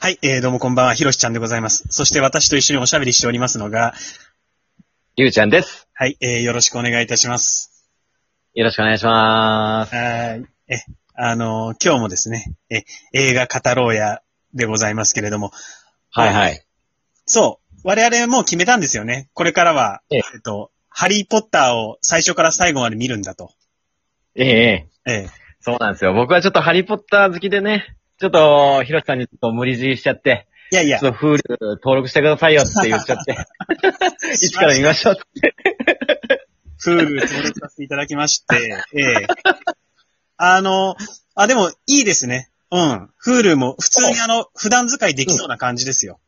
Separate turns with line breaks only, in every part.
はい、えー、どうもこんばんは、ひろしちゃんでございます。そして私と一緒におしゃべりしておりますのが、
ゆうちゃんです。
はい、えー、よろしくお願いいたします。
よろしくお願いします。
はい、え、あのー今日もですね、え、映画語ろうやでございますけれども、
はいはい。
そう、我々もう決めたんですよね。これからは、
え
え
え
っと、ハリーポッターを最初から最後まで見るんだと。
ええええ、
え
そうなんですよ。僕はちょっとハリーポッター好きでね、ちょっと、ひろしさんにちょっと無理強いしちゃって、
え、いやい
ちょ
や
っ、とフール登録してくださいよって言っちゃ って、いつから見ましょうって。
プール登録させていただきまして、ええあの、あ、でも、いいですね。うん。フールも、普通にあの、普段使いできそうな感じですよ。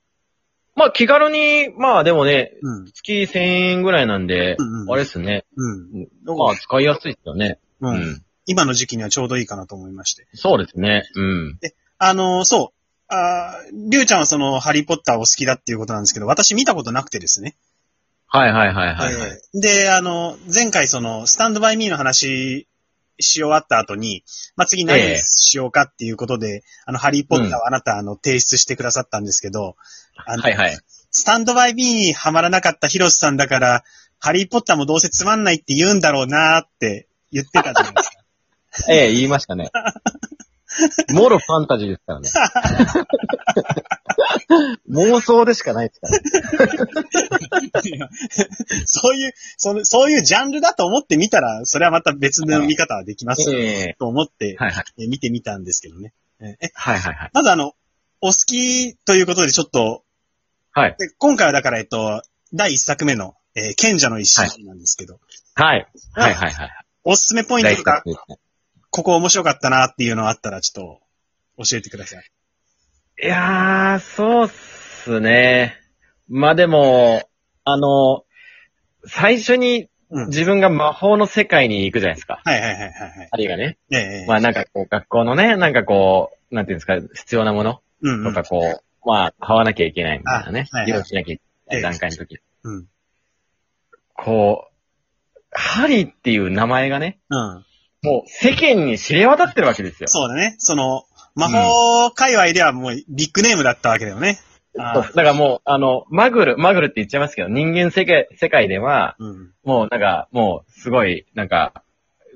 まあ気軽に、まあでもね、
うん。
月1000円ぐらいなんで、
うんうん
あれですね。
うん。
まあ使いやすいですよね。
う。
うんん。
今の時期にはちょうどいいかなと思いまして。
そうですね。うん。
あの、そう。あーりゅうちゃんはその、ハリーポッターを好きだっていうことなんですけど、私見たことなくてですね。
はいはいはいはいはい。
えーで、あの、前回その、スタンドバイミーの話し終わった後に、まあ、次
え
何
え
しようかっていうことで、あの、ハリーポッターをあなた、あの、提出してくださったんですけど、あの、
はいはい。
スタンドバイミーにはまらなかったヒロシさんだから、ハリーポッターもどうせつまんないって言うんだろうなーって言ってたじゃないですか。
ええ、言いましたね。もろファンタジーですからね。 妄想でしかないですからね。
そういう、そのそういうジャンルだと思ってみたら、それはまた別の見方はできますよ
え
と思って
え、はいはい。
え見てみたんですけどね。ええ
はいはいはい。
まずあの、お好きということでちょっと、
はい。
で今回はだから、えっと、第1作目の、えー賢者の石なんですけど、
はい。はいはいはい。
おすすめポイント
大
と
作
か、
ですね。
ここ面白かったなっていうのあったら、ちょっと、教えてください。
いやー、そうっすね。まあでも、あの、最初に
うん。はい
自分が魔法の世界に行くじゃないですか。
はいはいはいはい。
あるいはね。
ええ
まあなんかこう、学校のね、なんかこう、なんていうんですか、必要なもの
うんう
と
ん
かこう、まあ買わなきゃいけないみたいなね
あはいは。い
用意しなきゃいけない段階の時
うん。
こう、ハリーっていう名前がね、
うん。
もう世間に知れ渡ってるわけですよ。
そうだね。その、魔法界隈ではもうビッグネームだったわけだよね。あ
そう
ー
だからもう、あの、マグル、マグルって言っちゃいますけど、人間世界、世界では、
うん。
もうなんか、もう、すごい、なんか、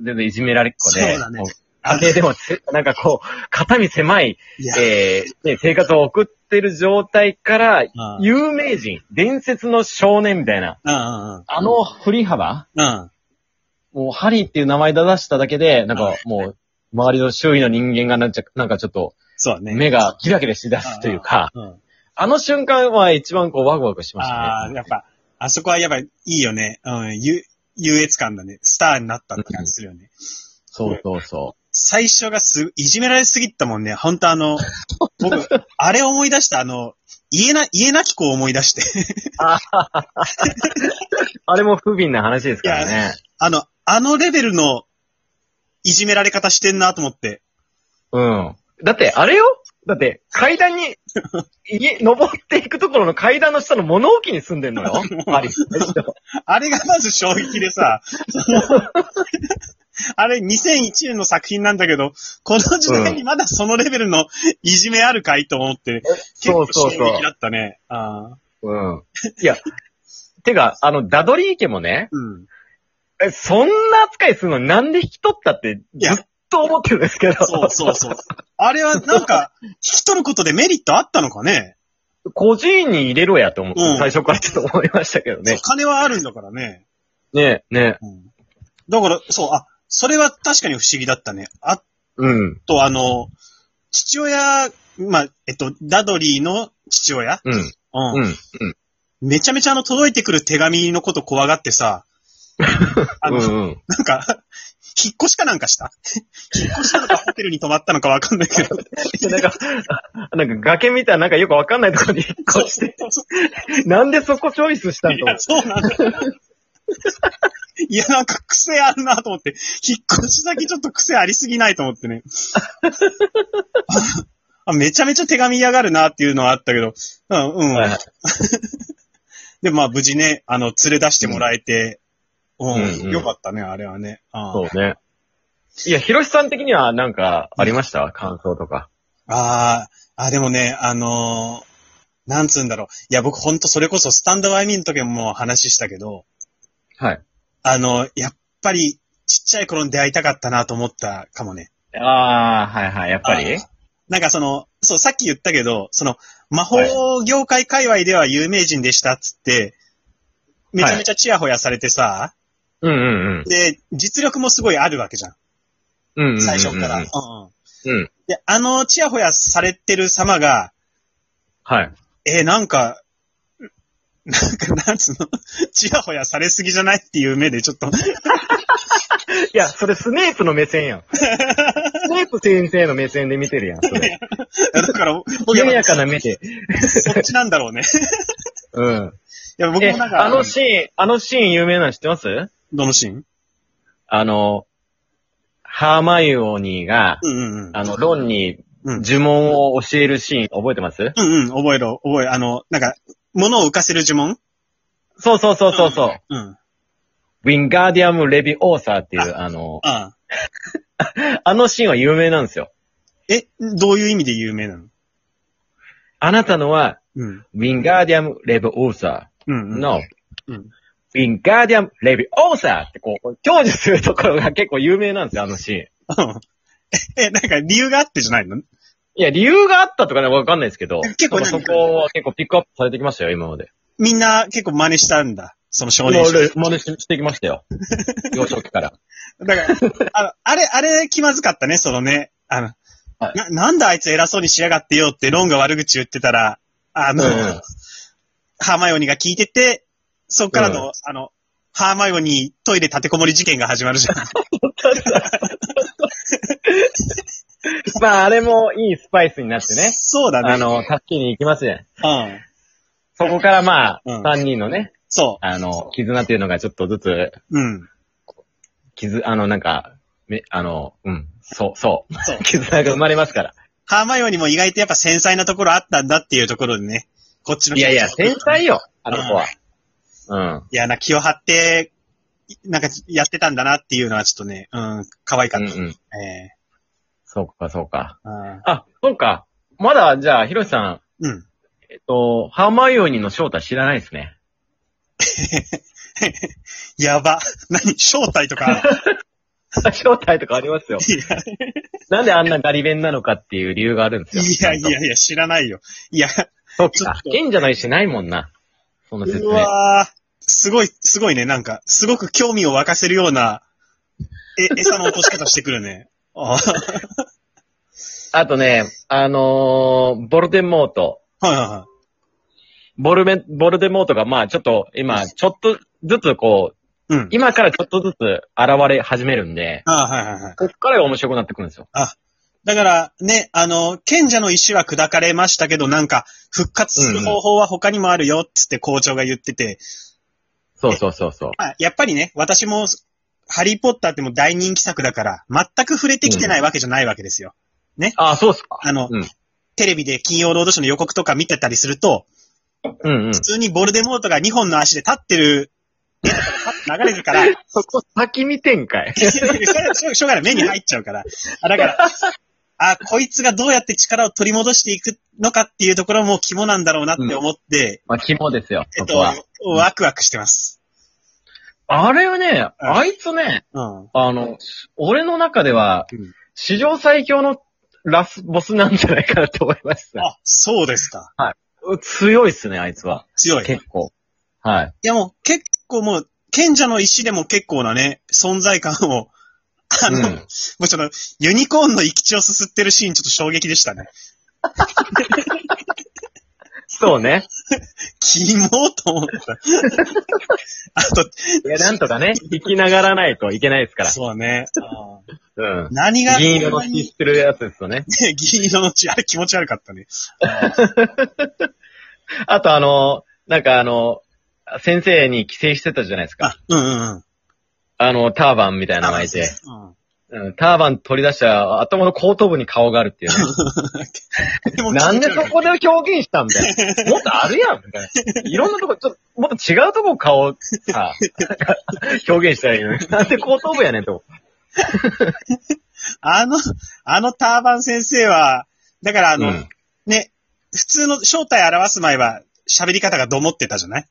全然いじめられっ子で、
そうだね
もう家庭でもつ、なんかこう、肩身狭い、
いや、
えーね生活を送ってる状態から、
うん
有名人、伝説の少年みたいな、
うんうん
あの振り幅
うん。うん。
もうハリーっていう名前出しただけで、なんかもう、周りの周囲の人間がなんちゃ、なんかちょっと、
そうだね。
目がキラキラしだすというか、
うん。
あの瞬間は一番こうワクワクしました
ああ、
ね。
やっぱ、あそこはやっぱいいよね。うん、ゆ、優越感だね。スターになったって感じするよね。
そうそうそ
最初がす、いじめられすぎたもんね。本当あ の、僕、あれ思い出した、あの、家な、家なき子を思い出して。
う。あれも不憫な話ですからね。
あの、あのレベルの、いじめられ方してんなと思って。
うん。だって、あれよだって、階段 に、家、登っていくところの階段の下の物置に住んでん のよ。ハリー。
あれがまず衝撃でさ、 そのあれ2001年の作品なんだけど、この時代にまだそのレベルのいじめあるかいと思って、結
そ
構
うそ
衝
うそ
撃だったね。ああ
う。うん。いや、てか、あの、ダドリー家もね、
うん。
え、そんな扱いするのになんで引き取ったって、
いや
ずっと思ってるんですけど。
そうそうそう。あれはなんか、引き取ることでメリットあったのかね
個人に入れろやと思って、
うん
最初からちょっと思いましたけど
そう
ね。
金はあるんだからね。
ねね。
うん。だから、そう、あ、それは確かに不思議だったね。あ
うん。
と、あの、父親、まあ、えっと、ダドリーの父親
うん。
うん
うん。
めちゃめちゃあの届いてくる手紙のこと怖がって さ、あの、
うんうん。
なんか、引っ越しかなんかした引っ越したのかホテルに泊まったのかわかんないけど。
なんか、 なんか崖みたいな、なんかよくわかんないところに引っ越して、なんでそこチョイスしたん
い
と思っ
や、そうなんだ。いや、なんか癖あるなと思って、引っ越し先ちょっと癖ありすぎないと思って ね。あめちゃめちゃ手紙嫌がるなっていうのはあったけど、うん、うん。
はいはい
で、まあ無事ね、あの、連れ出してもらえて、うん、
うんうん
よかったね、あれはね。ああ
そうね。いや、ひろしさん的にはなんかありました感想とか。
ああ、あ、でもね、あのーなんつうんだろう。いや、僕ほんとそれこそスタンドバイミーの時ももう話したけど、
はい。
あの、やっぱりちっちゃい頃に出会いたかったなと思ったかもね。
ああ、はいはい、やっぱり。
あなんかその、そう、さっき言ったけど、その、魔法業界界隈では有名人でしたっつって、めちゃめちゃチヤホヤされてさ、
うんうん
で、実力もすごいあるわけじゃん。
うんうんうん。
最初から。う
う
んん。
うん。
で、あの、チヤホヤされてる様が、
はい。
えーなんか、なんか、なんつうの、 チヤホヤされすぎじゃないっていう目でちょっと、
いや、それスネープの目線 やん。スネープ先生の目線で見てるやん、それ。
だから、僕
緩
や
や
っぱ
かな目で。
そっちなんだろうね。
うん。
いや、僕
え
もなんか、
あのシーン、あのシーン有名なの知ってます
どのシーン
あの、ハーマイオニーが、
うんうんうん。
あの、ロンに
うん。
呪文を教えるシーン覚えてます
うんうん、覚えろ、覚え、あの、なんか、物を浮かせる呪文
そうそうそうそうそう。
うん。
ウィンガーディアム・レビオーサーっていう、あの、
ああ
あのシーンは有名なんですよ。
え、どういう意味で有名なの
あなたのは、
うん。
ウィンガーディアム・レビオーサ
うん、
ー
うん。
の、
うん
ウィンガーディアム・レビオーサーってこう、享受するところが結構有名なんですよ、あのシーン。
え、なんか理由があってじゃないの
いや、理由があったとかね、わかんないですけど、
結構
なんかそこは結構ピックアップされてきましたよ、今まで。
みんな結構真似したんだ。その少
俺
年誌。
真似してきました よ。幼少期から。
だから、あのあれ、あれ気まずかったね、そのね。あの、
はい
な、なんだあいつ偉そうにしやがってよってロンが悪口言ってたら、あの、
うん
ハーマイオニーが聞いてて、そっからの、
う
あの、ハーマイオニートイレ立てこもり事件が始まるじゃん。
まあ、あれもいいスパイスになってね。
そうだね。
あの、助けに行きますね。
うん。
そこからま
う
あ、
ん
三人のね、
そ
あの、絆っていうのがちょっとずつ、
う。うん。
傷、あの、なんか、め、あの、うん、そう、そう。
そう。
絆が生まれますから。
ハーマイオニーも意外とやっぱ繊細なところあったんだっていうところでね、こっちの
い
気持
や
ち
いや、繊細よ、あの子は。うん。
いや、な、気を張って、いなんかやってたんだなっていうのはちょっとね、うん、可愛か
う
っ
んう
た。
ん。
え
そうか、そうか。
えうん
あ、そうか。まだ、じゃあ、ひろしさん、
うん。
えっと、ハーマイオニーの正体知らないですね。
やば。何正体とかある。
正体とかありますよ。
いや
なんであんなガリ弁なのかっていう理由があるんですよ。
いやいやいや、知らないよ。いや、
そっ
ちょっ
か。
と
賢者の石ないもんな。その説
う
明。
わーすごい、すごいね。なんか、すごく興味を沸かせるような、 え、餌の落とし方してくるね。あー
あとね、あのー、ボルデモート。
はいはいはい。
ボルメ、ボルデモートが、まあ、ちょっと、今、ちょっとずつ、こ
う
う、
ん。
今からちょっとずつ現れ始めるんで、
あーはいはいはい。
こっからが面白くなってくるんですよ。
だから、ね、あの、賢者の石は砕かれましたけど、なんか、復活する方法は他にもあるよ、つって校長が言ってて、
そうそうそうそう。
まあ、やっぱりね、私も、ハリーポッターってもう大人気作だから、全く触れてきてないわけじゃないわけですよ。
あ、そうっすか。
あの、
うん
テレビで金曜ロードショーの予告とか見てたりすると、
うんうん
普。通にボルデモートが2本の足で立って る、流れるから、 い
そこ先見てんかい。
やそれはしょうしょうがない。目に入っちゃうから。あだから、 あ、こいつがどうやって力を取り戻していくのかっていうところも肝なんだろうなって思って、
まあ、肝ですよ、
えっ
そ
と、
こは。
ワクワクしてます。
あれはね、あいつね、
うん。
あの、俺の中では
うん、
史上最強のラスボスなんじゃないかなと思いました。
あ、そうですか。
強いっすね、あいつは。
強い。
結構。 はい。
いやもう結構もう、賢者の石でも結構なね、存在感を、あの、
う
も
ん
うちょっと、ユニコーンの生き血をすすってるシーンちょっと衝撃でしたね。
そうね。
キモーと思った。 あと、
いや、なんとかね、生きながらないといけないですから。
そうね。あー
うん。
何が、
銀色の火してるやつですよね。
ね 銀色の血、あれ気持ち悪かったね。
あとあの、なんかあの、先生に寄生してたじゃないですか。
あ、うんうんうん。
あの、ターバンみたいなの巻いて。
うん。
うん、ターバン取り出したら頭の後頭部に顔があるっていうね。
でも
なんでそ
気持ち悪い
こで表現したみたい な。もっとあるやんみたいな。いろんなとこ、ちょっと、もっと違うとこ顔、さ、 表現したらいいのに。なんで後頭部やねんと。
あの、あのターバン先生は、だから、あの、
うん
ね、普通の正体表す前は喋り方がどもってたじゃない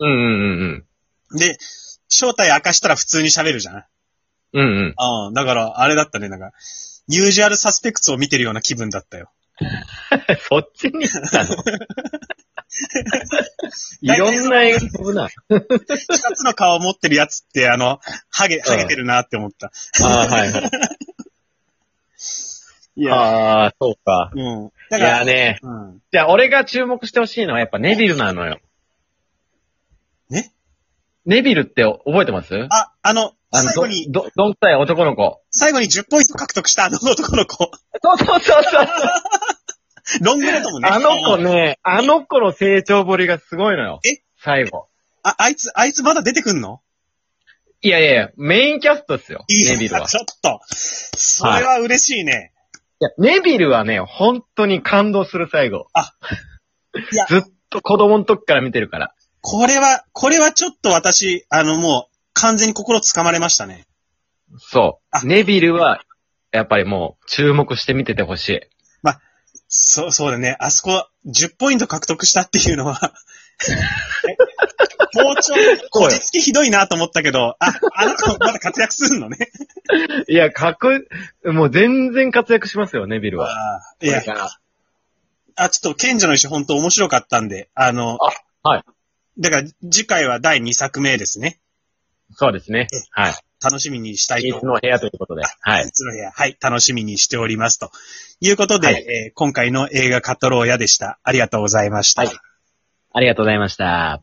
うんうんうん
で、正体明かしたら普通に喋るじゃない
うん。うんうん。
ああ、だから、あれだったね、なんか、ユージュアルサスペクツを見てるような気分だったよ。
そっちに行っ たのいろんな映画飛ぶな。
二つの顔を持ってるやつって、あの、ハゲ、ハゲてるなって思った。
ああ、はい。
いや、
ああ、そうか。
うん。
い
だか
や
ら、
ね、
うん。
じゃあ俺が注目してほしいのはやっぱネビルなのよ。
え
ネビルって覚えてます
あ、あの、
あの、
最後に、
ど、どどんくさい男の子。
最後に10ポイント獲得したあの男の子。
そうそうそうそう。
ロングレトもね。
あの子
うん
ね、あの子の成長ぶりがすごいのよ。
え
最後。
あ、あいつ、あいつまだ出てくんの
いやいやいや、メインキャストっすよ。
いい
ネビルは。い
ちょっと。それは嬉しいね。
や、ネビルはね、本当に感動する最後。
あいや
ずっと子供の時から見てるから。
これは、これはちょっと私、あのもう、完全に心掴まれましたね。
そ
あ
う。ネビルは、やっぱりもう、注目して見ててほしい。
そう、そうだね。あそこ、10ポイント獲得したっていうの はえ、包丁、こじつけひどいなと思ったけど、あ、あの子まだ活躍するの ね。
いや、かっこいい、もう全然活躍しますよ、ネビルは。
あーい
これ
や、
から
あ、ちょっと、賢者の石本当面白かったんで、あの、
あはい。
だから、次回は第2作目ですね。
そうですね。はい。
楽しみにしたい
秘
と
密の部屋ということで。はい。
つの部屋、はい、楽しみにしております。ということで、
はい
えー今回の映画カトローヤでした。ありがとうございました。
はいありがとうございました。